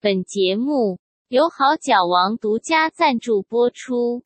本节目由好脚王独家赞助播出。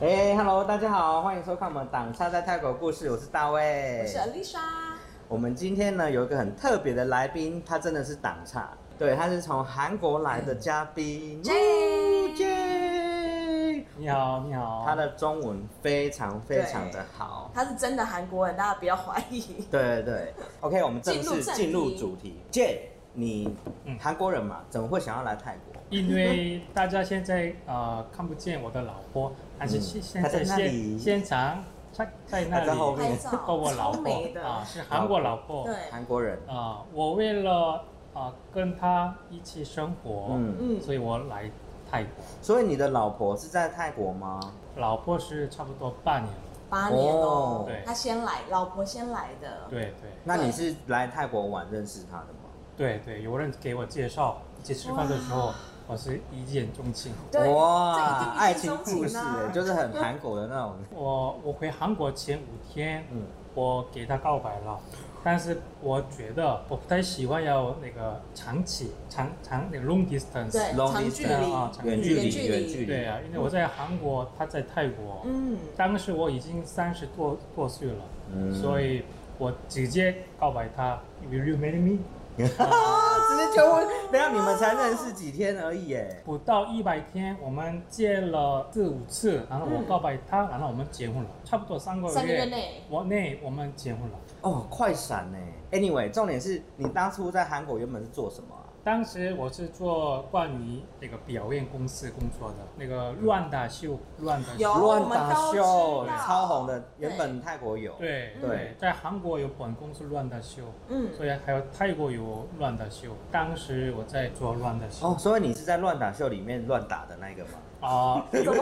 哎、h e l l o 大家好，欢迎收看我们《挡沙在泰国故事》，我是大卫，我哎是啊 Alisa，我们今天呢有一个很特别的来宾，他真的是挡叉，对，他是从韩国来的嘉宾 J J，你好，你好。他的中文非常非常的好。他是真的韩国人，大家不要怀 疑。对对对，OK，我们正式进进入入正题主题。J，你嗯韩国人嘛，怎么会想要来泰国？因为大家现在呃看不见我的老婆，但是嗯现现她在在那里现现场她在那她在后里面拍跟照哦我老超美婆的，啊，是韩国老婆。对，韩国人，啊，我为了啊跟她一起生活，嗯，嗯，所以我来泰国。所以你的老婆是在泰国吗？老婆是差不多半年了，八年哦哦对，他先来，老婆先来的，对对那你是来泰国玩认识他的吗？对对，有人给我介绍，一起吃饭的时候哇，我是一见钟情。对这一定哇，是爱情故钟事情啊哎，就是很韩国的那种，我我回韩国前五天，嗯，我给他告白了，但是我觉得我不太喜欢要那个长期长长那个 long distance。对， Long 长距 distance，啊离，长远距远离，距远离距对离，啊，因为我在韩国，他在泰国，嗯，当时我已经三十多多岁了，嗯所以我直接告白他，Will you marry me？啊直接求婚，等一下你们才认识几天而已哎，不到一百天，我们见了四五次，然后我告白他，然后我们结婚了，差不多三个哦月，三个月内我内我们结婚了。哦，快闪呢，anyway，重哎点是你当初在韩国原本是做什么啊？当时我是做关于那个表演公司工作的，那个乱打秀，乱打有秀，乱打秀哦我们都知道超红的，对原本泰国有，对对对，在韩国有本公司乱打秀，嗯， 所以还有泰国有乱打秀。当时我在做乱打秀哦，所以你是在乱打秀里面乱打的那个吗？啊，有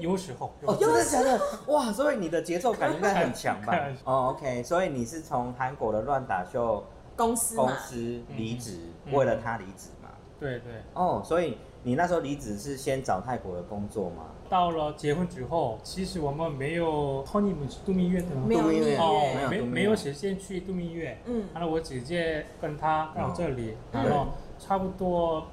有时候哦，真的假的？哇，所以你的节奏感应该很强吧看？哦，OK，所以你是从韩国的乱打秀公司公嘛，司离职，嗯为了他离职嘛？对对。哦，所以你那时候离职是先找泰国的工作吗？到了结婚之后，其实我们没有 honeymoon 是度蜜月的吗？没有度蜜月蜜哦月，没有没度蜜没月有时间去度蜜月，嗯，然后我直接跟他到这里，嗯然后差不多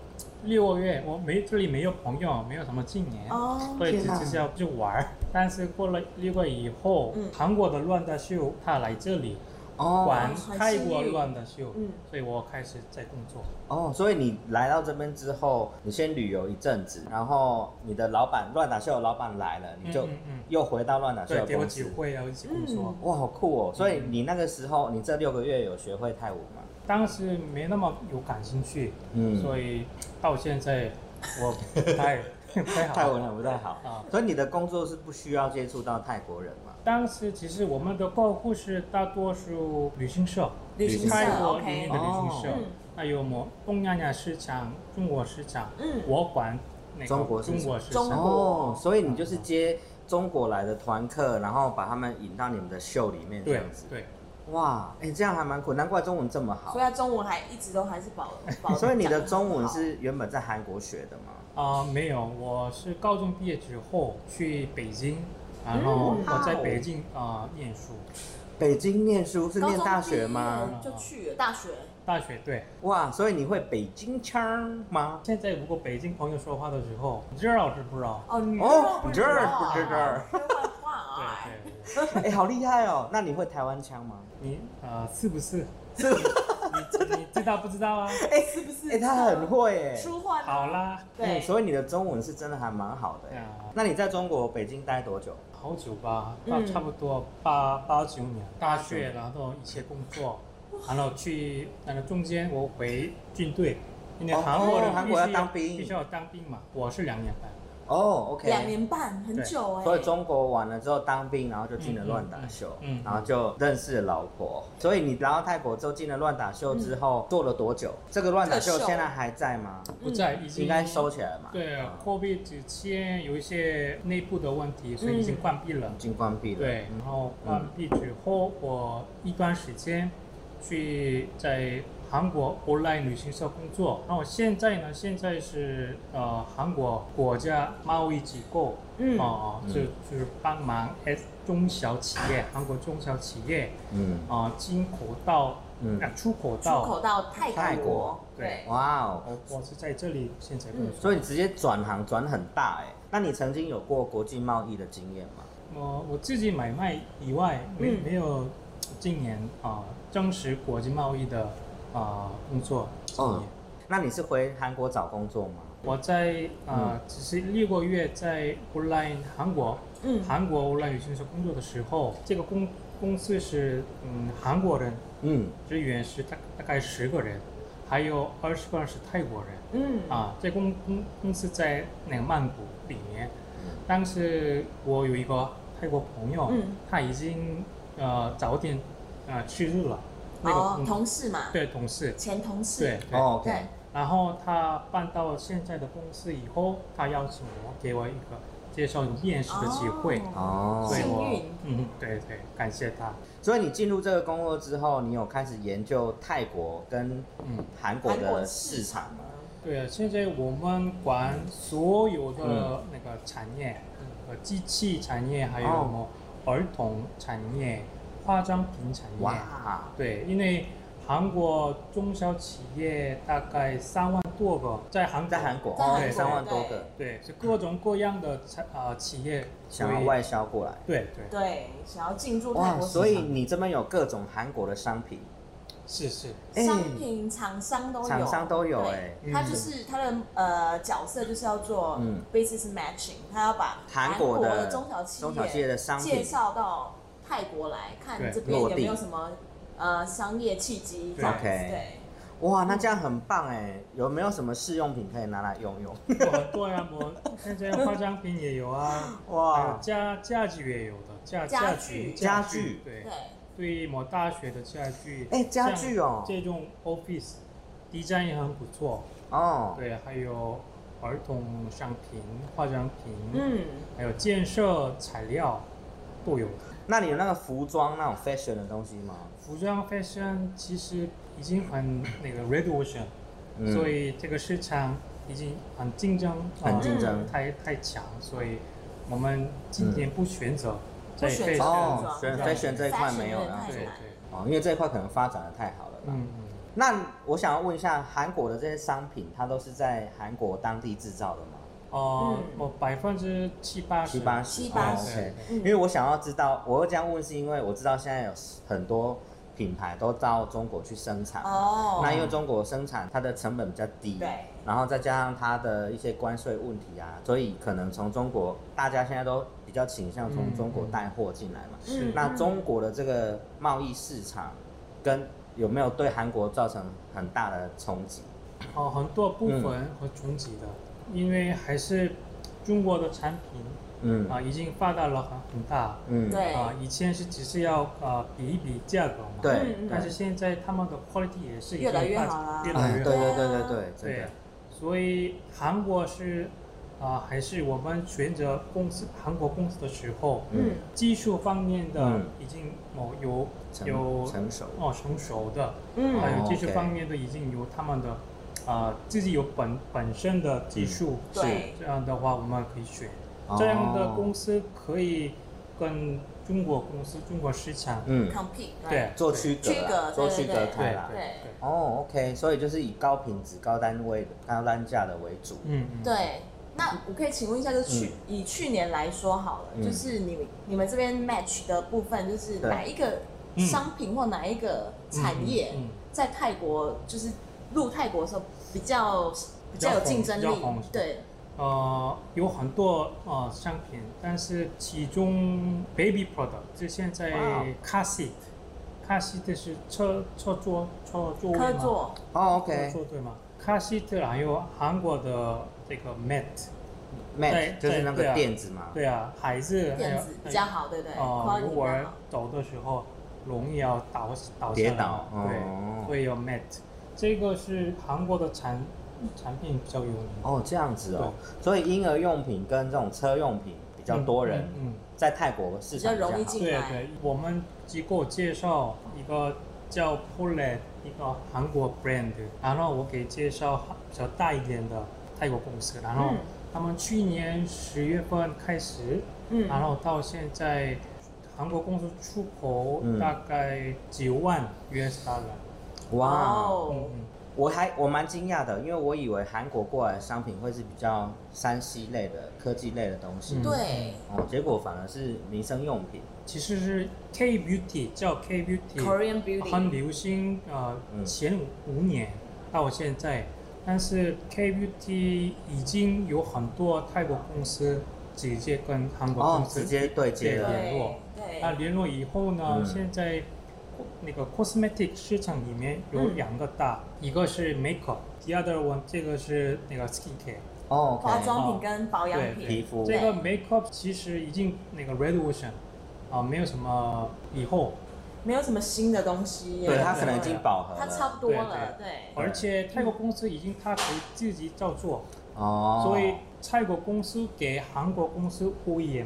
六个月，我没这里没有朋友，没有什么经验，哦，所以天只哪是要去玩儿。但是过了六个月以后，嗯韩国的乱大秀他来这里哦玩很泰幸国运乱大秀，嗯所以我开始在工作。哦，所以你来到这边之后，你先旅游一阵子，然后你的老板乱打秀的老板来了，你就嗯嗯嗯又回到乱打秀对，的给我公机司。会啊嗯要一起工作。嗯哇，好酷哦！所以你那个时候，你这六个月有学会泰文吗？当时没那么有感兴趣，嗯所以到现在我不太不太好。泰文还不太好啊所以你的工作是不需要接触到泰国人嘛？当时其实我们的客户是大多数旅行社，旅行社泰国里面，OK，的旅行社哦嗯，还有我东南亚市场、中国市场，嗯我管那个中国市场中国市中场，哦，所以你就是嗯接中国来的团客，然后把他们引到你们的秀里面这对样子。对，哇，哎、这样还蛮酷，难怪中文这么好所以。他中文还一直都还是保保，所以你的中文是原本在韩国学的吗？啊没有，我是高中毕业之后去北京，然后嗯我在哇哦北京啊念书，北京念书是高中念大学吗？毕业就去了大学，大学对。哇，所以你会北京腔吗？现在如果北京朋友说话的时候，你知道是不知道？哦，你哦知道你知道啊会换话啊对对对。哎、好厉害哦！那你会台湾腔吗？你呃是不 是？你你知道不知道啊？哎、是不是哎、他很会哎、舒缓啊好，啦，嗯对，所以你的中文是真的还蛮好的、对啊那你在中国北京待多久？好久吧，嗯差不多八八九年，大学然后一些工作，然后去，然后中间我回军队，因为哦韩国人韩必国须要要当兵必须要当兵嘛，我是两年半，哦、o k 两年半，很久哎，所以中国完了之后当兵，然后就进了乱打秀，嗯嗯嗯然后就认识了老婆。所以你来到泰国之后进了乱打秀之后、做了多久？这个乱打秀特秀现在还在吗？不在已经应该收起来了嘛？嗯对嗯 c o v 之前有一些内部的问题，所以已嗯经关闭了已。经关闭了。对，嗯然后呃关闭之后，我一段时间去在韩国 online 旅行社工作。然后现在呢，现在是呃韩国国家贸易机构，嗯哦、嗯就就是帮忙 S 中小企业，韩国中小企业哦嗯啊、呃进口到、嗯呃出口出到口到泰泰国，对，哇哦，我我是在这里现在工作。所以你直接转行转很大哎、那你曾经有过国际贸易的经验吗？我我自己买卖以外，没、嗯没有今年啊、正式国际贸易的啊、工作经验。哦那你是回韩国找工作吗？我在啊、只是六个月在 online 韩国嗯韩国 online 旅行社工作的时候，这个公公司是嗯韩国人，嗯，职员是大大概十个人，还有二十个人是泰国人。嗯啊，这公公公司在那个曼谷里面，但是我有一个泰国朋友，嗯他已经呃早点呃去日了，那个哦嗯公，同事嘛，对同事，前同对事，对、哦，OK，对，然后他搬到现在的公司以后，他邀请我给我一个介绍一个面试的机会，哦所以幸我运嗯对对，感谢他，所以你进入这个工作之后，你有开始研究泰国跟嗯。韩国韩的国市场吗？对啊，现在我们管所有的那个产业，呃，机器产业，还有什么儿童产业、化妆品产业。哇，对，因为韩国中小企业大概三万多个，在韩国在韩国在韩哦国，有三万多个对是各种各样的产啊、企业，想所要以外销过来。对对对，想要进驻泰哇，国市所以场，你这边有各种韩国的商品，是是哎商品厂商都有，厂商都有对哎嗯他就是他的呃角色就是要做嗯 business matching，他要把韩国国的中小企中小企业的商品介绍到泰国来，看对这边落有地没有什么呃商业契机这对样子， OK 对，哇，那这样很棒哎！有没有什么试用品可以拿来用用？有很多呀，我现在化妆品也 有啊，还有哇，家家具也有的，家家具具家具对对。对某大学的家具，哎家具哦像这种 office design 也很不错，哦，对，还有儿童商品、化妆品，，嗯，还有建设材料都有。那你有那个服装那种 fashion 的东西吗？服装 fashion 其实已经很那个 red ocean，、嗯所以这个市场已经很竞争，很呃竞争嗯太太强，所以我们今天不选择不在选 fashion 择哦，服选装 fashion 这一块 Fashion 没有这一了块对对，哦，因为这一块可能发展的太好了啦。嗯，那我想要问一下，韩国的这些商品，它都是在韩国当地制造的吗？哦、嗯我百分之七八十，七八十，七八哦十 OK 嗯因为我想要知道，我会这样问，是因为我知道现在有很多品牌都到中国去生产。哦，那因为中国生产它的成本比较低对，然后再加上它的一些关税问题啊，所以可能从中国大家现在都比较倾向从嗯中国带货进来嘛。嗯是那中国的这个贸易市场跟有没有对韩国造成很大的冲击？哦，很多部分和冲击的，因为还是中国的产品嗯啊、已经发达了很很大嗯，哦对啊、以前是只是要呃比一比价格嘛，对嗯嗯但是现在他们的 quality 也是已经越来越发好啦越来哎越对好，对对对对，真对的，，所以韩国是啊、还是我们选择公司韩国公司的时候，嗯技术方面的嗯已经哦有有成成熟，哦成熟的，嗯还有技哦术，OK 方面的已经有他们的，啊、自己有本本身的技术，对这样的话我们可以选，嗯哦这样的公司可以跟中国公司、中国市场，嗯， compete 对，做区隔区啦，隔做对区对隔对对开啦对。对对，哦，OK，所以就是以高品质、高单位、高单价的为主。嗯嗯，对。那我可以请问一下，就去、以去年来说好了，嗯就是你你们这边 match 的部分，就是对哪一个嗯商品或哪一个产业嗯嗯嗯在泰国就是入泰国的时候比较比较有竞争比较力红，对，呃，有很多呃商品，但是其中 baby product 就现在哇 car seat。car seat 是车车座车座位科吗？座哦车，OK，座对吗？car seat 还有韩国的这个 mat， Match 对就是那对个啊垫子嘛。对啊，孩子还有电子比较好，对不对？哦、 quality 如比果较好走的时候容易要倒倒下跌来倒嘛对，哦会有 mat。这个是韩国的产产品比较有名，哦，这样子哦，所以婴儿用品跟这种车用品比较多人嗯嗯在泰国市场比较容易好进对来对，我们机构介绍一个叫 p o l e t 一个韩国 brand，然后我给介绍比较大一点的泰国公司，然后嗯他们去年十月份开始，嗯然后到现在，韩国公司出口嗯大概九万 US dollar，、哇，哦嗯嗯，我还我蛮惊讶的，因为我以为韩国过来的商品会是比较山西类的科技类的东西，嗯对哦，结果反而是民生用品。其实是 K Beauty 叫 K Beauty， ，Korean 很 Beauty，流行呃嗯前五五年到现在，但是 K Beauty 已经有很多泰国公司直接跟韩国哦公，司直接对接对了，联络对啊，联络以后呢，嗯现在那个 cosmetic 市场里面有嗯两个大，一个是 makeup，第二个我这个是那个 skincare。哦，化 OK，妆品跟保养对皮品，肤这个 makeup 其实已经那个 revolution 啊，没有什么以后，没有什么新的东西耶，对对它可能已经饱和它差了，不多了，对，而且泰国公司已经它可以自己照做，哦，所以泰国公司给韩国公司 OEM，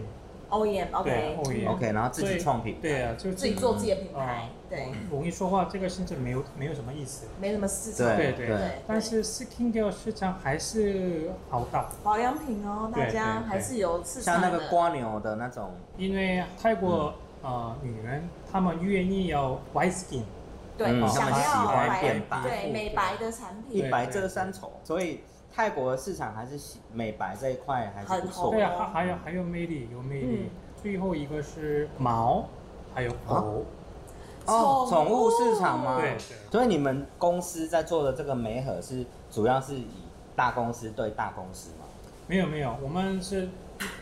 对 OEM，OK， OEM OK，然后自己创品，对啊，就 E 自己是做自己的品牌，嗯对，容易说话，这个甚至没有没有什么意思。没什么市场，对对对，但是 skincare 市场还是好大，保养品哦，大对家对还是有市像场那的，个瓜牛的那种，因为泰嗯国、呃女人她们愿意要 white skin，对，嗯想他们喜要欢白变白对美白的产一对品，白遮三丑，所以泰国的市场还是喜美白这一块还是不哦错对很的。红啊，还还有还有魅力，有魅力。嗯最后一个是毛，还有啊狗，哦，宠宠物物市场吗？对对。所以你们公司在做的这个媒合是主要是以大公司对大公司嘛？没有没有，我们是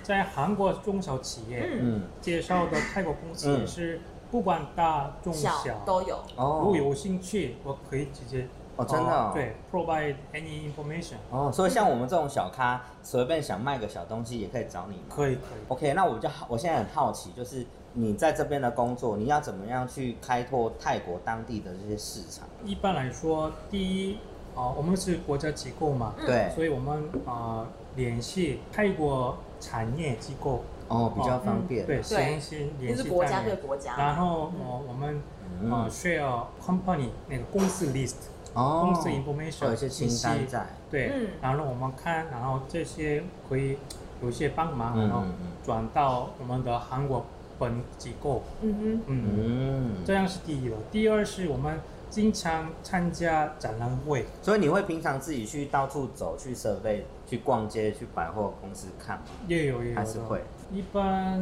在韩国中小企业嗯，嗯，介绍的泰国公司嗯也是不管大中小，小都有，如哦果，有兴趣，我可以直接哦，真的、哦呃，对 provide any information，哦，所以像我们这种小咖，随便想卖个小东西也可以找你嘛。可以可以。 OK，那我就好，我现在很好奇，就是你在这边的工作，你要怎么样去开拓泰国当地的这些市场？一般来说，第一啊、呃我们是国家机构嘛，嗯对，所以我们啊、呃联系泰国产业机构，哦，比较方便。嗯对，对先先就联是系国家泰对国国家，然后哦我我们呃嗯， share company 那个公司 list 哦公司会 information 有一些清单信息在。对嗯，然后我们看，然后这些可以有一些帮忙，嗯然后嗯嗯转到我们的韩国本机构，嗯嗯，嗯，这样是第一个。第二是我们经常参加展览会，所以你会平常自己去到处走，去设备，去逛街，去百货公司看吗？也有也有还是的会？一般，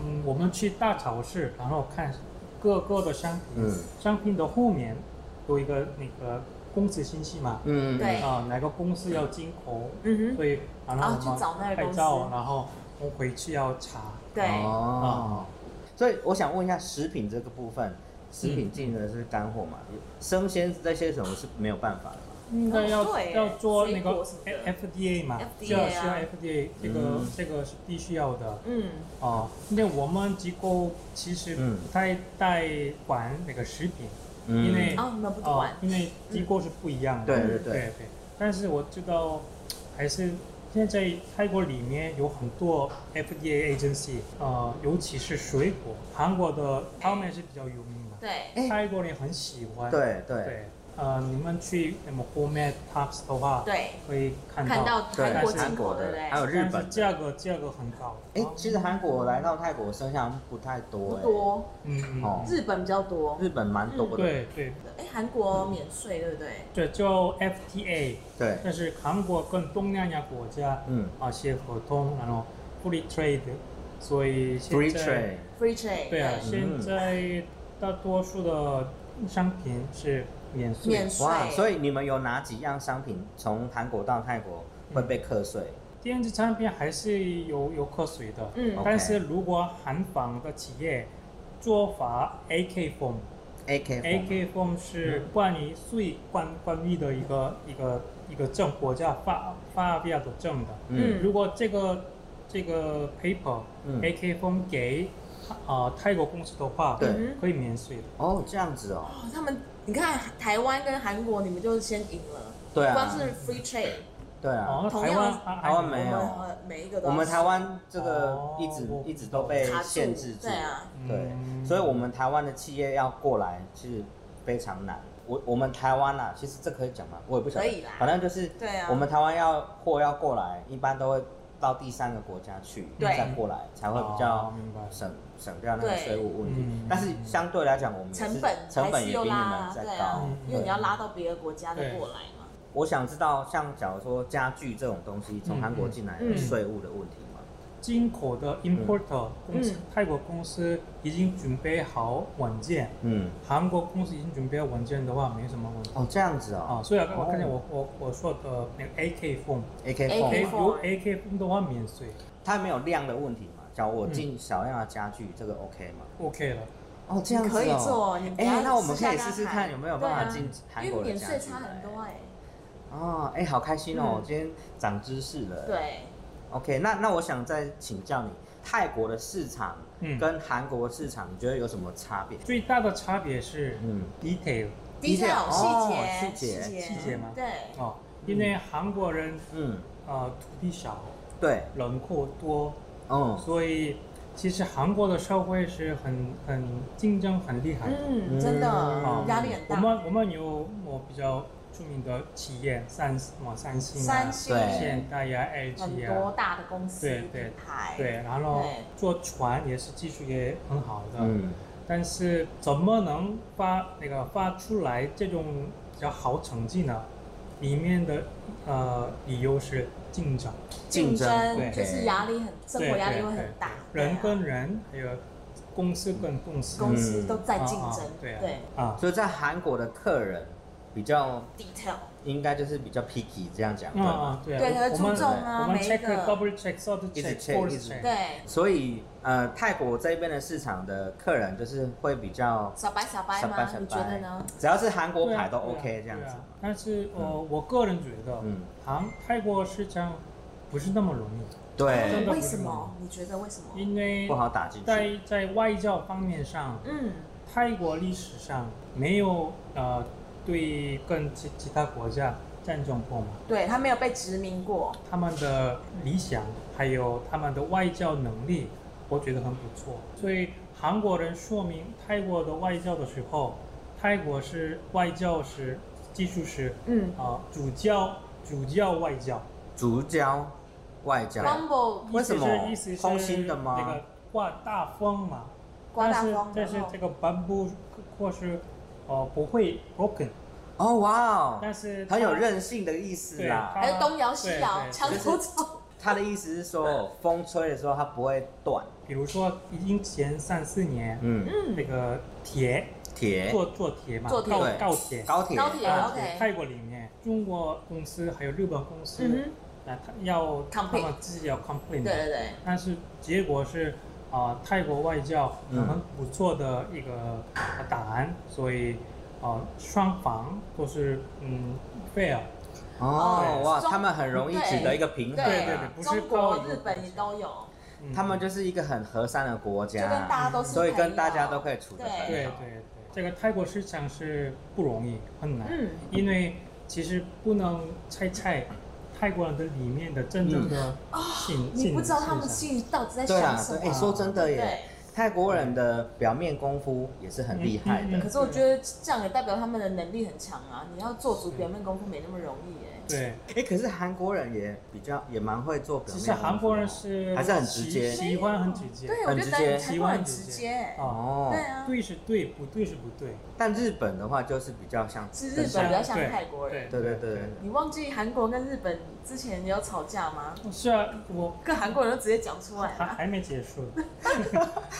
嗯，我们去大超市，然后看各个的商品，嗯商品的后面有一个那个公司信息嘛，嗯，对啊、哪个公司要进口，哼，嗯哼，所以然后啊我去找那们个拍公司照，然后我回去要查。啊对，哦，所以我想问一下食品这个部分，食嗯品进的是干货嘛？生鲜这些什么是没有办法的嘛？应该要、哦对要做那水个果什么的 F D A 嘛， FDA 需要需要啊 F D A 这个、嗯这个是必须要的嗯，哦。因为我们机构其实嗯不太代管那个食品，因为哦，你们不哦，管，因为机构是不一样的。对对对，对对。但是我知道，还是现在泰国里面有很多 FDA agency，呃，尤其是水果，韩国的泡面是比较有名的，对，哎泰国人很喜欢。对对，对。呃，你们去什么 Gourmet Tops 的话，对，可以看看到对韩国但是进韩国口的对不对还？有日但本是的价格价格很高。哎哦，其实韩国来到泰国生像不太多不哎，多，嗯嗯哦嗯，日本比较多，日本蛮多的，对对哎，韩国免税对不对？对，就 FTA，对，但是韩国跟东南亚国家，嗯啊，写合同，然后 free trade，所以，free 现在 trade， Free trade，对啊，嗯现在大多数的商品是免税，免税，哇，所以你们有哪几样商品从韩国到泰国会嗯被课税？电子产品还是有有课税的，嗯 OK 但是如果韩房的企业做法 AK form，AK AK 嗯 form 是关于税关关于的一个一个一个证，国家发发表的证的，嗯如果这个这个 paper、嗯 AK 分给啊、呃泰国公司的话，对嗯哼可以免税的。哦，这样子哦，哦他们，你看台湾跟韩国，你们就先赢了。对光啊，是 free trade，对啊，哦，同台样湾啊台湾还没有我们呃每一个都我要们台湾这个哦一直我一直都被卡住限制住，对啊，对嗯所以我们台湾的企业要过来是非常难。我我们台湾啊，其实这可以讲吗？我也不晓得，可以啦反正就是对啊我们台湾要货要过来，一般都会到第三个国家去，对再过来才会比较哦明白省省掉那个对税务问题嗯。但是相对来讲，我们嗯也是成本成还本是也又比你拉们啊，再对高啊，，因为你要拉到别的国家再过来嘛。我想知道，像假如说家具这种东西从韩国进来嗯的税务的问题吗？进口的嗯 importer 公司，嗯泰国公司已经准备好文件，嗯，韩国公司已经准备好文件的话，没什么问题。哦，这样子啊，哦所以啊，我刚才我我我说的那个 AK form， ，AK phone AK 对嘛啊有 AK form 的话免税它没有量的问题嘛？假如我进少量的家具，这个 OK 吗？ ，OK 了。哦，这样子哦可以做你不哎要，那我们可以私下试试跟他看有没有办对法啊进韩因为国的免家具。税差很多。哎、哦，哎，好开心哦！嗯我今天长知识了。对， OK，那那我想再请教你，泰国的市场嗯跟韩国市场，你觉得有什么差别？最大的差别是嗯， detail detail， detail 哦细细节哦节节细节吗对，啊，因为韩国人嗯，呃土地少，对，人口多，嗯所以其实韩国的社会是很很竞争很厉害的。嗯，真的、嗯压力很我大。们我们有我比较著名的企业三什么三星啊三、星对现代呀、很 LG 多啊，大的公司对品对牌，对，然后对做船也是技术也很好的，嗯，但是怎么能发那个发出来这种比较好成绩呢？里面的呃理由是竞争，竞竞争争对就是压力很，生活压力会很大，对对对对人啊跟人还有公司跟公司，公司嗯都在竞啊啊争，对啊对啊，所以在韩国的客人比较 detail，应该就是比较 picky 这样讲，对啊吗？啊，对啊，对我他注们重啊我们每一 check 个 double check third 一直 check check， fourth 一直 check，对，所以呃，泰国这边的市场的客人就是会比较小白小白小吗？白小你觉得白呢？，只要是韩国对啊牌都对啊 OK 这样对啊子。但是呃，我个人觉得，嗯韩泰国市场不是那么容易，哎真对的，为什么？你觉得为什么？因为不好打进去。在在外交方面上，嗯，泰国历史上没有呃对跟其其他国家战争过嘛，对他没有被殖民过，他们的理想还有他们的外交能力，我觉得很不错。所以韩国人说明泰国的外交的时候，泰国是外交是技术是嗯啊、主教主教外交，竹胶、外胶， ，Bumble 为什么意思是空心的吗那个刮大风嘛，刮大但是风，但然是后这个 bamboo 或是呃不会 broken，哦哇哦，但是它很有韧性的意思对啦。还有东摇西摇，对对墙头草，他的意思是说，风吹的时候它不会断。比如说已经前三四年，嗯，那嗯，个铁铁、坐坐铁嘛，坐哎铁高对高铁，高铁、高铁啊 OK 泰国里面中国公司还有日本公司，嗯啊，他要他 Complain 们自己要哼，对 complain，的对对，但是结果是啊、泰国外交嗯很不错的一个呃答案，所以啊、双方都是嗯 fair，哦对哇，中他们很容易取得一个平衡对对啊对，不是中国靠、一个日本也都有，嗯他们就是一个很和善的国就跟大家，家都是朋友，所以跟大家都可以处得啊对对很好。对，这个泰国市场是不容易很难，嗯因为其实不能猜猜泰国人的里面的真嗯正的性、啊你不知道他们性心里到底在对想啊，什对，么。哎，说真的耶对，，泰国人的表面功夫也是很厉害嗯嗯的嗯。可是我觉得这样也代表他们的能力很强啊！你要做足表面功夫没那么容易耶、对。哎，可是韩国人也比较也蛮会做表面其功夫哦。实韩国人是还是很直接喜喜欢很直接。对，我很觉直得接韩国很直接、哎哦，哦对，啊，对是对，不对是不对。但日本的话就是比较像是日真本比相较像泰国人。对对对对你忘记韩国跟日本之前有吵架吗？是啊，我跟韩国人都直接讲出来还了。还没结束，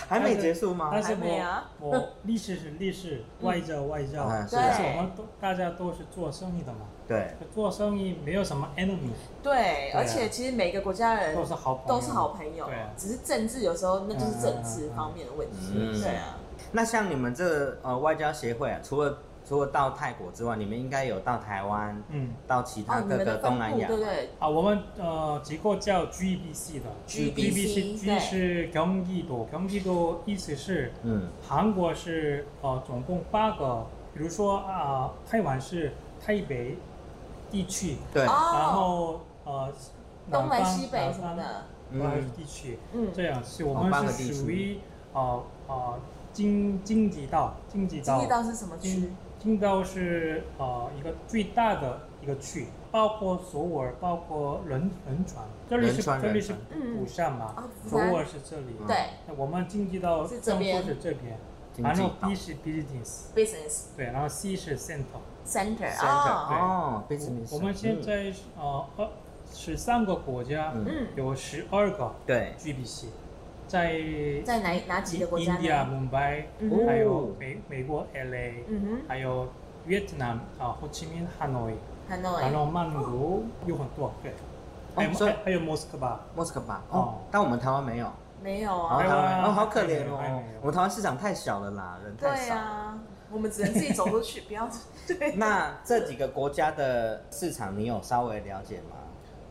还没结束吗但？是还没我啊 我历史是历史，外交外交嗯，但是对我们都大家都是做生意的嘛，对，做生意没有什么 enemy，对，而且其实每个国家的人都是好朋友都是好朋友啊对啊，只是政治有时候那就是政治方面的问题。嗯对啊，那像你们这呃外交协会啊，除了除了到泰国之外，你们应该有到台湾，嗯到其哦，他你各们个的分东部南亚对不对？啊，我们呃机构叫 GBC 的 GBC G 对是경기도경기도意思是嗯韩国是呃总共八个，比如说啊、台湾是台北地区，对，然哦，后呃东南南方西北什么，的，南方还有嗯地区，嗯，这样是哦我八个们地是区属于呃呃京京畿道，京畿经道嗯济道是什么区京？京道是呃一个最大的一个区，包括首尔，包括仁仁川，这里仁是川这里仁是嗯釜山嘛，哦嗯釜首山尔是这里，对那我们经济到是这江苏边是这边，经然济后岛 B 是 business， ，business 对，然后 C 是 center。 center ，center 哦，哦，business，我们现嗯在是呃二十三个国家，嗯嗯，有十二个对 GBC，在在哪哪几个国家 India 呢？ Mumbai，、嗯哦哼还有美美国 LA，、嗯还有越南啊，霍chi minh 哦 Hanoi，哼，Hanoi，然后曼谷有很多，对，还有、哎所以还还有莫斯科吧，莫斯科吧，哦哦，但我们台湾没有，没有然后啊哎，台湾没有，哇哦，好可还没有怜还哦没有，我们台湾市场太小了啦，人太对少。啊，我们只能自己走出去，不要 对，那这几个国家的市场，你有稍微了解吗？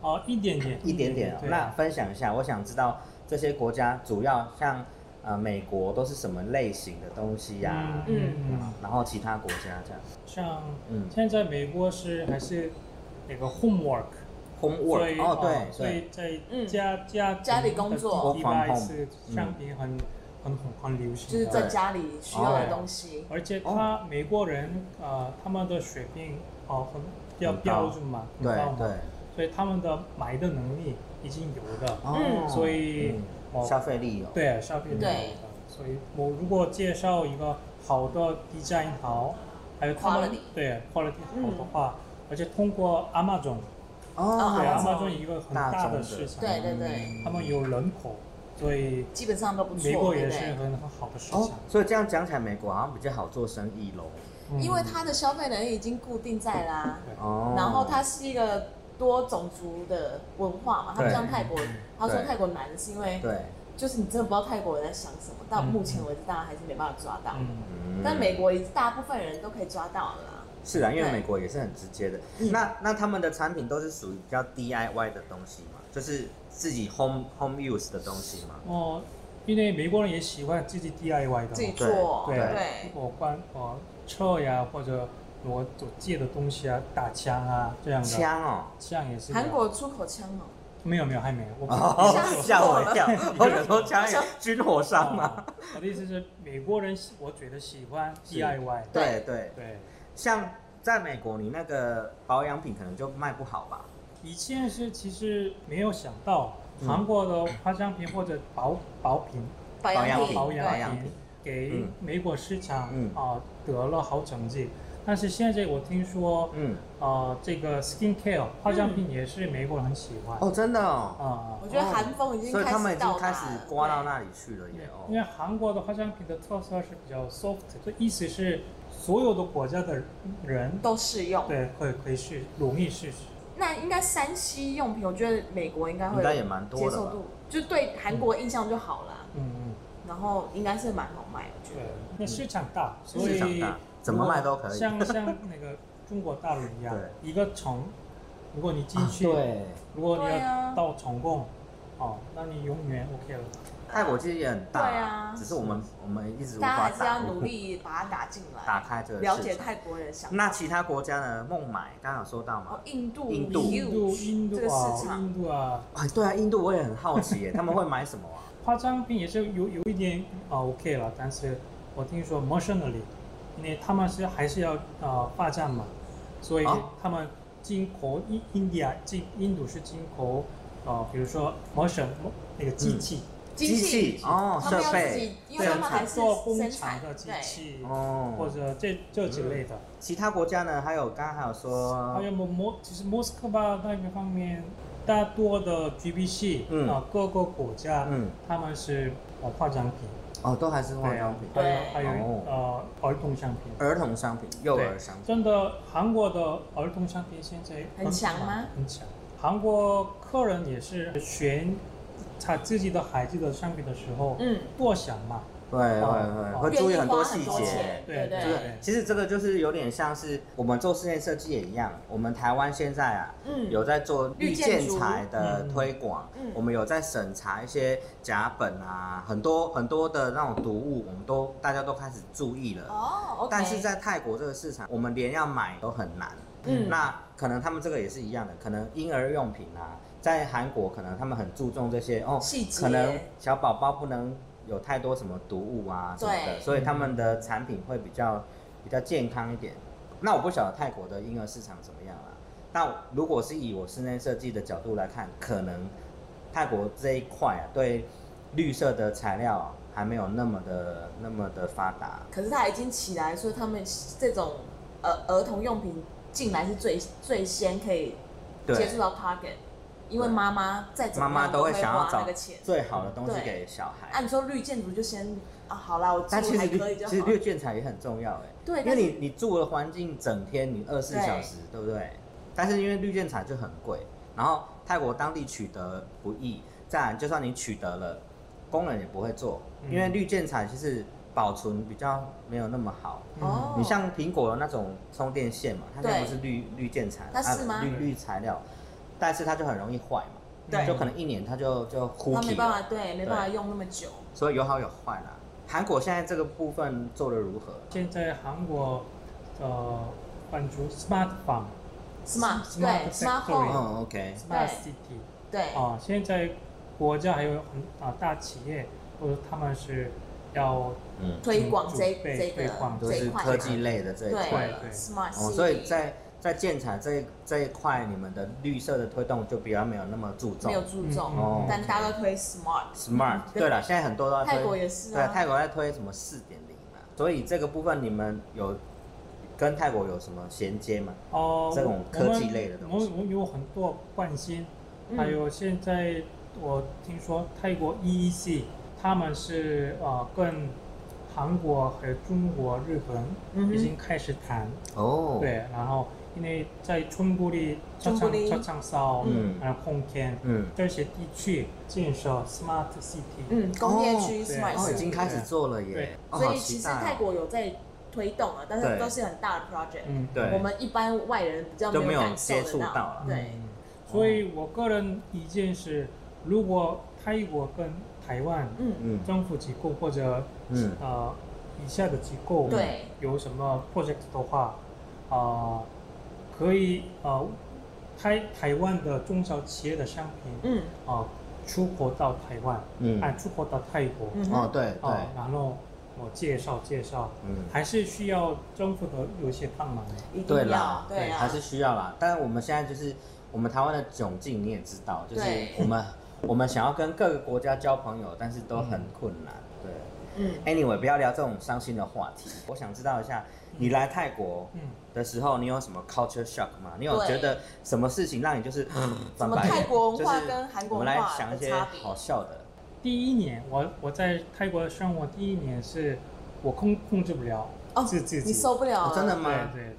哦、一点点，一点点哦、对那分享一下，我想知道这些国家主要像呃美国都是什么类型的东西呀、嗯嗯嗯，然后其他国家这样像嗯现在美国是还是那个 homework。所以啊，homework 哦对，所以在家家家里工作 Work 意 from 外 home，是嗯商品很很很很流行的，啊就是在家里需要的东西，而且他哦美国人呃他们的水平哦很比较很高标准嘛，很对高嘛对，所以他们的买的能力已经有了，哦，所以嗯我消费力有、对消费能力有对了，所以我如果介绍一个好的 design 好，还有他们 Quality 嗯对 quality 好的话，而且通过 Amazon 哦对啊 Amazon Amazon 一个很大大众的的市场，对对对，他们有人口，所以基本上都不嗯美错，国对也不是对？很很好的市哦场，，所以这样讲起来，美国好像比较好做生意喽。嗯因为它的消费能力已经固定在啦，哦，然后它是一个多种族的文化嘛，它不对像泰国，他说对泰国难是因为对，就是你真的不知道泰国人在想什么，到目前为止大家还是没办法抓到，嗯嗯但美国大部分人都可以抓到了啦。是啊，因为对美国也是很直接的。嗯那那他们的产品都是属于比较 DIY 的东西嘛，就是自己 home home use 的东西嘛。哦，因为美国人也喜欢自己 DIY 的自己嘛，做，对对，我关我车呀，或者我所借的东西啊，打枪啊这样的，枪哦，枪也是的韩国出口枪哦，没有没有还没有，我不哦吓死我了哦吓我一跳，我想说枪也军火商嘛。啊 我的意思是美国人喜，我觉得喜欢是 DIY，对对，对，像在美国，你那个保养品可能就卖不好吧？以前是其实没有想到嗯韩国的化妆品或者保保品保养养品品，保保养养品品给嗯美国市场啊、嗯得了好成绩，但是现在我听说嗯，啊、这个 skincare 化妆品也是美国人很喜欢哦，真的哦，啊、我觉得韩风已经所以他们已经到达开了始刮到那里去了因为耶因哦。为韩国的化妆品的特色是比较 soft，的意思是所有的国家的人对都适用。对会可以试容易试试，那应该山西用品，我觉得美国应该会应该也蛮多接的受吧？度，就对韩国印象就好啦。嗯嗯，然后应该是蛮好卖，我觉对得。，那市场大，所以市场大怎么卖都可以像像那个中国大陆一样，一个城，如果你进去。啊对，如果你对要啊到成功，哦，那你永远 OK 了。泰国哎其实也很大，对啊只是我们我们一直无法大家还是要打努力把它打进嗯打来，开这个了市解场泰国人的想法。那其他国家呢？孟买刚刚有说到哦嘛，？印度、印度印度，印度这个市啊，场，印度啊，哎，对啊，印度我也很好奇耶，他 们会买什么啊？化妆品也是有有一点啊 OK 了，但是我听说 m o t i o n a l l y 因为他们是还是要呃发展嘛，所以啊他们进口印 India 进印度是进口呃，比如说 motion 那个机器，啊机器哦，他设们要自备己，嗯因为他们还是做工生产厂的机对器，嗯或哦。嗯者这这之类的。其他国家呢？还有刚刚还有还说，有莫莫，其实莫斯科吧那个方面，大多的 GBC 啊、嗯各个国家，嗯，他们是呃化妆品，哦，都还是化妆品，对啊对还有还有、哦呃儿童商品。儿童商品、幼儿商品，真的，韩国的儿童商品现在很强吗？很强。韩国客人也是选他自己的孩子的商品的时候，嗯，多想嘛，对对对，哦会注意很多细愿意花很多节钱。对对对就是其实这个就是有点像是我们做室内设计也一样，我们台湾现在啊，嗯有在做绿绿建建筑材的嗯推广，嗯我们有在审查一些甲苯啊，很多很多的那种毒物，我们都大家都开始注意了。哦，OK，但是在泰国这个市场，我们连要买都很难。嗯那可能他们这个也是一样的，可能婴儿用品啊，在韩国可能他们很注重这些哦细，节可能小宝宝不能有太多什么毒物啊什么的，对所以他们的产品会比较比较健康一点。那我不晓得泰国的婴儿市场怎么样啦、啊那如果是以我室内设计的角度来看，可能泰国这一块啊，对绿色的材料啊还没有那么的那么的发达。可是它已经起来，所以他们这种呃儿童用品进来是最最先可以接对，触到 target，因为对妈妈再怎么妈样妈都会会想要花找那个钱。最好的东西对给小啊，孩。你说绿建筑就先啊，好啦，我住但其还实可绿以就其实好。绿建材也很重要哎、对，因为但是你你住的环境整天你二十四对小时，对不对？但是因为绿建材就很贵，然后泰国当地取得不易，再来就算你取得了，工人也不会做，嗯因为绿建材其实保存比较没有那么好。哦，你像苹果的那种充电线嘛，它现在不是绿绿建材，它是吗啊、绿绿材料，但是它就很容易坏嗯嘛，对就可能一年它就就枯他没竭办了，法，对，没啊对办法用那么久。所以有好有坏啦。韩国现在这个部分做的如何？现在韩国呃关注 smart farm、 smart Smart 对 factory smart 对 home 嗯，OK， smart city 对哦啊、现在国家还有很啊大企业，或者他们是要嗯，推广这准备这推广个都这是一块科技类的这一对块对对 smart 哦， city，所以在在建材这一这一块，你们的绿色的推动就比较没有那么注重没有注嗯重，哦。但大家都推 smart。 smart，对了，现在很多都在推泰国也是对，啊，泰国在推什么四点零嘛，所以这个部分你们有跟泰国有什么衔接吗？哦、这种科技类的东西我们我们有很多关心，嗯还有现在我听说泰国 EEC 他们是呃跟韩国和中国、日嗯本哼已经开始谈，哦，对，然后因为在中部的车中部的厂车厂烧，嗯还有空间嗯，这些地区建设 smart city，嗯工业区哦 smart 对哦，已 city，经开始做了耶对，哦所好以其期实待哦泰国有在推动啊，但对是都是很大的 project，嗯，对我们一般外人比较就没有感受接触得到啊到了，对，嗯所以我个人意见是，如果泰国跟台湾嗯，嗯政府机构或者嗯呃以下的机构对，有什么 project 的话，啊、可以呃台台湾的中小企业的商品嗯啊、出口到台湾，啊嗯，出口到泰国，嗯哦哼，对对，啊然后我介绍介绍，嗯。还是需要政府的有一些帮忙的。一对定啦要，，对还啊是，需要啦。但是我们现在就是我们台湾的窘境，你也知道，就是对我们我们想要跟各个国家交朋友，但是都很困难。嗯对，anyway，不要聊这种伤心的话题。我想知道一下，你来泰国嗯，的时候，你有什么 culture shock 吗？你有对觉得什么事情让你就是什翻么白眼？泰国文化就是跟韩我国们文来化想的一些差别？好笑的。第一年我我在泰国生活第一年是我控控制不了哦自自己，你受不了哦了，真的对吗？对对。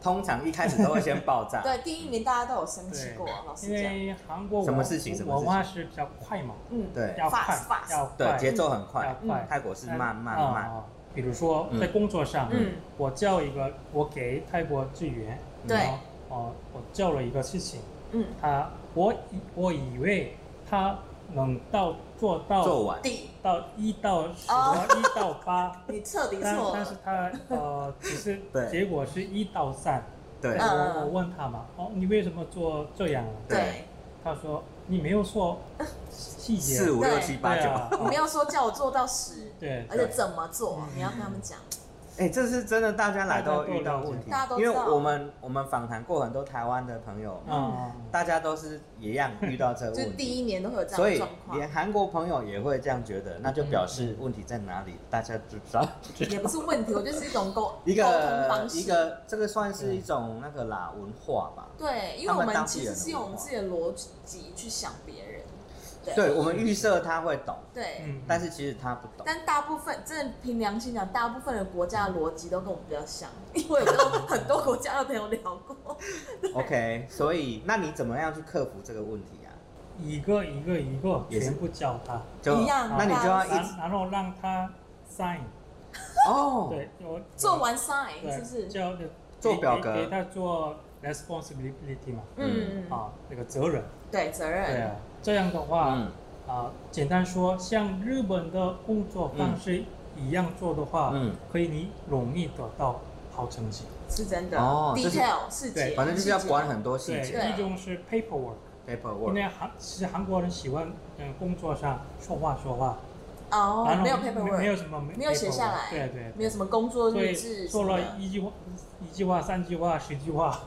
通常一开始都会先爆炸。 对，第一年大家都有生气对过，老师因讲，为韩国什么文事情什么事文情化是比较快嘛，嗯，对要快 Fast, fast 要快对，，节奏很要快。嗯快，泰国是慢慢啊慢。比如说在工作上，嗯我叫一个，我给泰国职员，对然后哦，我叫了一个事情，嗯，他我以我以为他能到做到做完。第到一到十哦，一到八 你彻底但错但是了，他呃，只是对结果是一到三，对。嗯我我问他嘛，哦，你为什么做这样啊？对，他说你没有说细节，四五对六七八 对九，啊你没有说叫我做到十，对而且怎么做，你要跟他们讲，哎、这是真的，大家来都遇到问题，大家都因知为道我们我们访谈过很多台湾的朋友，嗯，大家都是一样遇到这个就是问第题，一年都会有这样所的以状况连，韩国朋友也会这样觉得，那就表示问题在哪里，大家知 道。也不是问题，我觉得是一种沟 一沟通个方式，一个，这个算是一种那个啦文化吧。对，因为他我们当们地其人实的是用我们文化自己的逻辑去想别人，对我们预设他会懂，对，嗯但是其实他不懂。但大部分真的凭良心讲，大部分的国家的逻辑都跟我们比较像，因为我跟很多国家的朋友聊 过， OK，所以那你怎么样去克服这个问题啊？一个一个一个也是全部教他，就一样啊那你就要一直然然后让他 sign，哦，对，我做完对 sign 是不是？教做表格给给给他做 responsibility 嘛，嗯，嗯啊，那个责任，对，责对任，啊，这样的话嗯啊，简单说，像日本的工作方式一样做的话，嗯，可以你容易得到好成绩。是真的哦就是 detail 细节，对反正就是要管很多细对，节对一种是 paperwork。因，paperwork。为韩其实韩国人喜欢嗯工作上说话说话，哦然，后没有没有 paperwork，什么没没有写下来对对，没有什么工作所日志以什做么了的，一句话、一句话、三句话、十句话，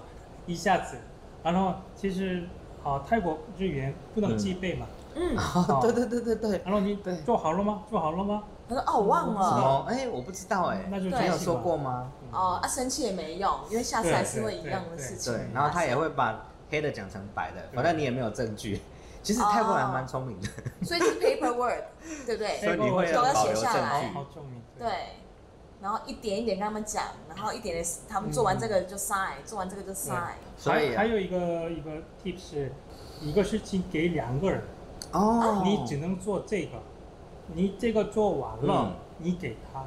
一下子然后其实啊、泰国日元不能记背嘛，嗯，哦， 对对对对对，然后你对做好了吗？做好了吗？他说哦，我忘什哦了，么？哎，我不知道哎，那就对你没有说过吗？哦，啊，生气也没用，因为下次还是会一样的事情。嗯对，然后他也会把黑的讲成白的，反正你也没有证据。 其哦实泰国人还蛮聪明的，所以是 paperwork，对不对？所以你会都要要保写留下好来证好据。证明。对，然后一点一点跟他们讲，然后一点点他们做完这个就 sign，、做完这个就 sign。所还以啊还有一个一个 tip 是，一个事情给两个人，哦，你只能做这个，你这个做完了，嗯你给他，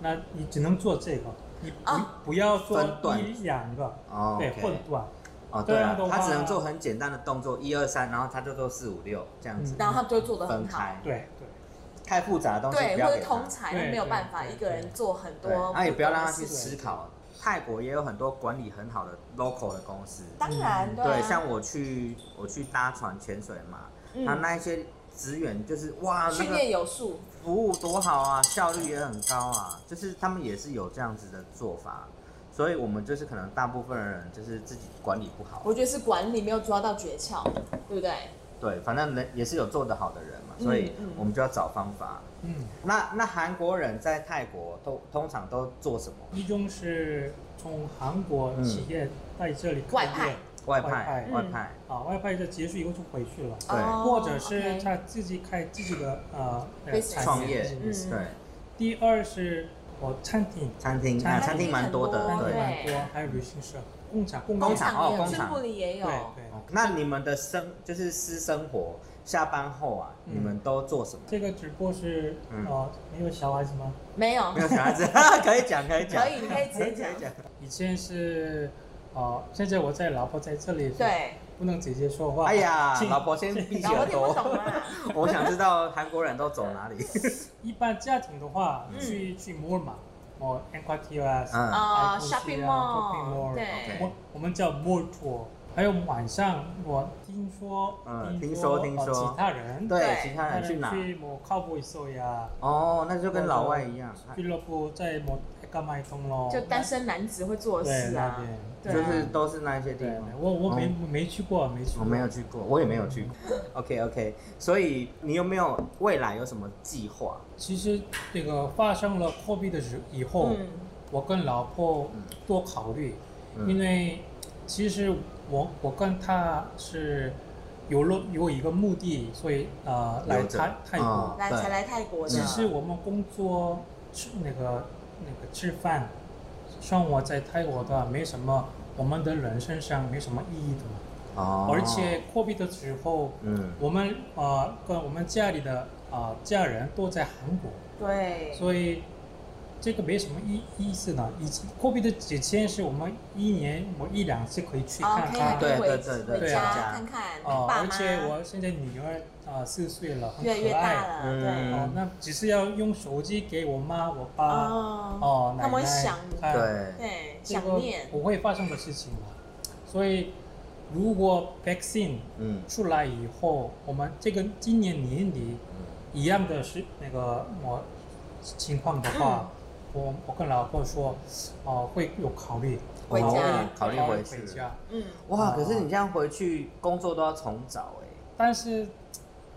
那你只能做这个，你不、啊不要做分段一两个，哦对， OK 混段，哦，对啊这样的，话他只能做很简单的动作，一二三，然后他就做四五六这样子嗯然后他们就会做得分很好，开。，对对。太复杂的东西对，不或要者给他通。才，对他没有办法对一对个人做很对，多，那也不要让他他去对思考。泰国也有很多管理很好的 local 的公司，当然，嗯对，啊像我去我去搭船潜水嘛，嗯那那一些职员就是哇，那训个练有素，服务多好啊，效率也很高啊，就是他们也是有这样子的做法，所以我们就是可能大部分人就是自己管理不好，我觉得是管理没有抓到诀窍，对不对？对，反正人也是有做得好的人嘛，嗯所以嗯我们就要找方法。嗯，那那韩国人在泰国都通常都做什么？一种是从韩国企业在这里外开业外派派，外派，啊，外派的结束以后就回去了，对哦或者是 OK 他自己开自己的呃呃 Business 创业产品嗯对，第二是我餐厅，餐厅餐啊，厅餐厅蛮多的，很餐多哎厅对。蛮多，还有旅行社、工厂、工工业厂哦工厂部里也有对，对。哦那你们的生就是私生活，下班后啊，嗯你们都做什么？这个直播是嗯呃，没有小孩子吗？没有没，有小孩子，可以讲，可以讲可，以，你可以直接讲，以前是呃，现在我在老婆在这里，， 对，不能直接说话。哎呀，请老婆先闭起然后我耳听不懂朵。 啦。我想知道韩国人都走哪里？一般家庭的话，嗯去去 mall 嘛，哦 a n q u a t i r 啊，嗯，啊嗯，shopping mall， mall， OK 对，我我们叫 mall tour。还有晚上，我听说，嗯听说听呃说其他人，对对，其他人去哪？去某 cowboy show 呀，哦，那就跟老外一样，俱乐部在某干麦通咯，就单身男子会做的对事那啊，边，就对是都是那些地对方。，我我没嗯没去过，没去我过，没有去过，我也没有去过。OK OK，所以你有没有未来有什么计划？其实这个发生了 COVID 的时以后，嗯，我跟老婆多考虑，嗯因为其实我我跟她是有了有一个目的，所以呃来留着泰泰国。嗯来对才来泰国的只，是我们工作吃那个那个吃饭，生活在泰国的没什么，我们的人身上没什么意义的嘛。哦，而且 COVID 的时候，嗯，我们呃跟我们家里的呃家人都在韩国。对，所以这个没什么意意思呢。以前 COVID 的之前是我们一年我一两次可以去哦，看可以还看，可以对回对对回对对啊家看看哦、爸而妈，且我现在女儿啊四、岁了，很越来越可大爱。了，嗯对，哦，那只是要用手机给我妈、我爸、哦，哦奶他们奶会想看，对，对，这想个念，不会发生的事情嘛。所以如果 vaccine 嗯出来以后，我们这个今年年底嗯一样的是那个我情况的嗯话，我我跟老婆说，哦、会有考虑回考虑家考虑回回去家，嗯，哇，哦可是你这样回去工作都要重找哎、但是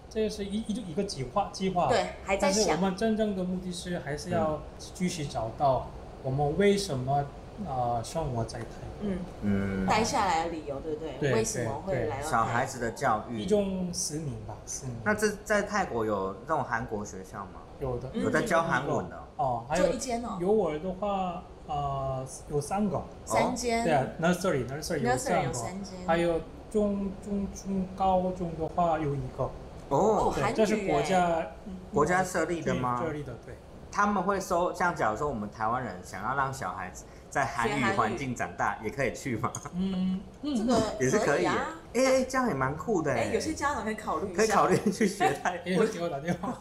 这是一一一个计划计划，对，还在哦但是我想，们真正的目的是还是嗯要继续找到我们为什么呃生活在台湾，嗯，嗯，待下来的理由，对不对对？为什么会对来到小泰孩子的教育一。种使命吧，使命那这在泰国有那种韩国学校吗？有的嗯有在教韩文的哦？哦，还就有一间哦，有我的话，呃，有三个，哦三间，对啊，nursery nursery 有嗯 nursery 三有个。三间，还有中中中高中的话有一个，哦哦，对，韩这是语哎嗯国耶家国家设立的吗设？立的，对，他们会收，像假如说我们台湾人想要让小孩子在韩学韩语语环境长大，也可以去吗？嗯这嗯，个也是可以耶，啊。哎、哎这样也蛮酷的哎，哎、有些家长可以考虑一下，可以考虑去学泰。 也有给我打电话。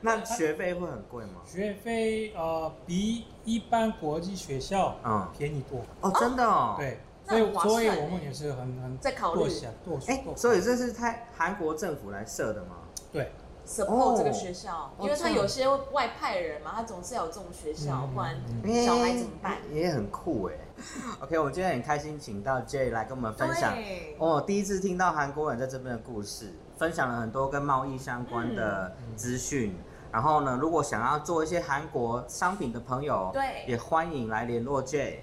那学费会很贵吗？学费呃比一般国际学校嗯，便宜多，哦，真的哦。。对，那所以很划所以算我们欸也是很很再考虑多。想多哎、多所以这是泰韩国政府来设的吗？对 support 哦这个学校，因为哦这他样有些外派人嘛，他总是要有这种学校，嗯不然嗯小孩怎么办？也也很酷哎。OK，我们今天很开心，请到 J 来跟我们分享。对，我、第一次听到韩国人在这边的故事，分享了很多跟贸易相关的嗯资讯。然后呢，如果想要做一些韩国商品的朋友，对也欢迎来联络 J。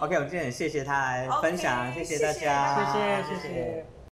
OK，我们今天很谢谢他来 OK，分享，谢大家，谢谢谢谢谢。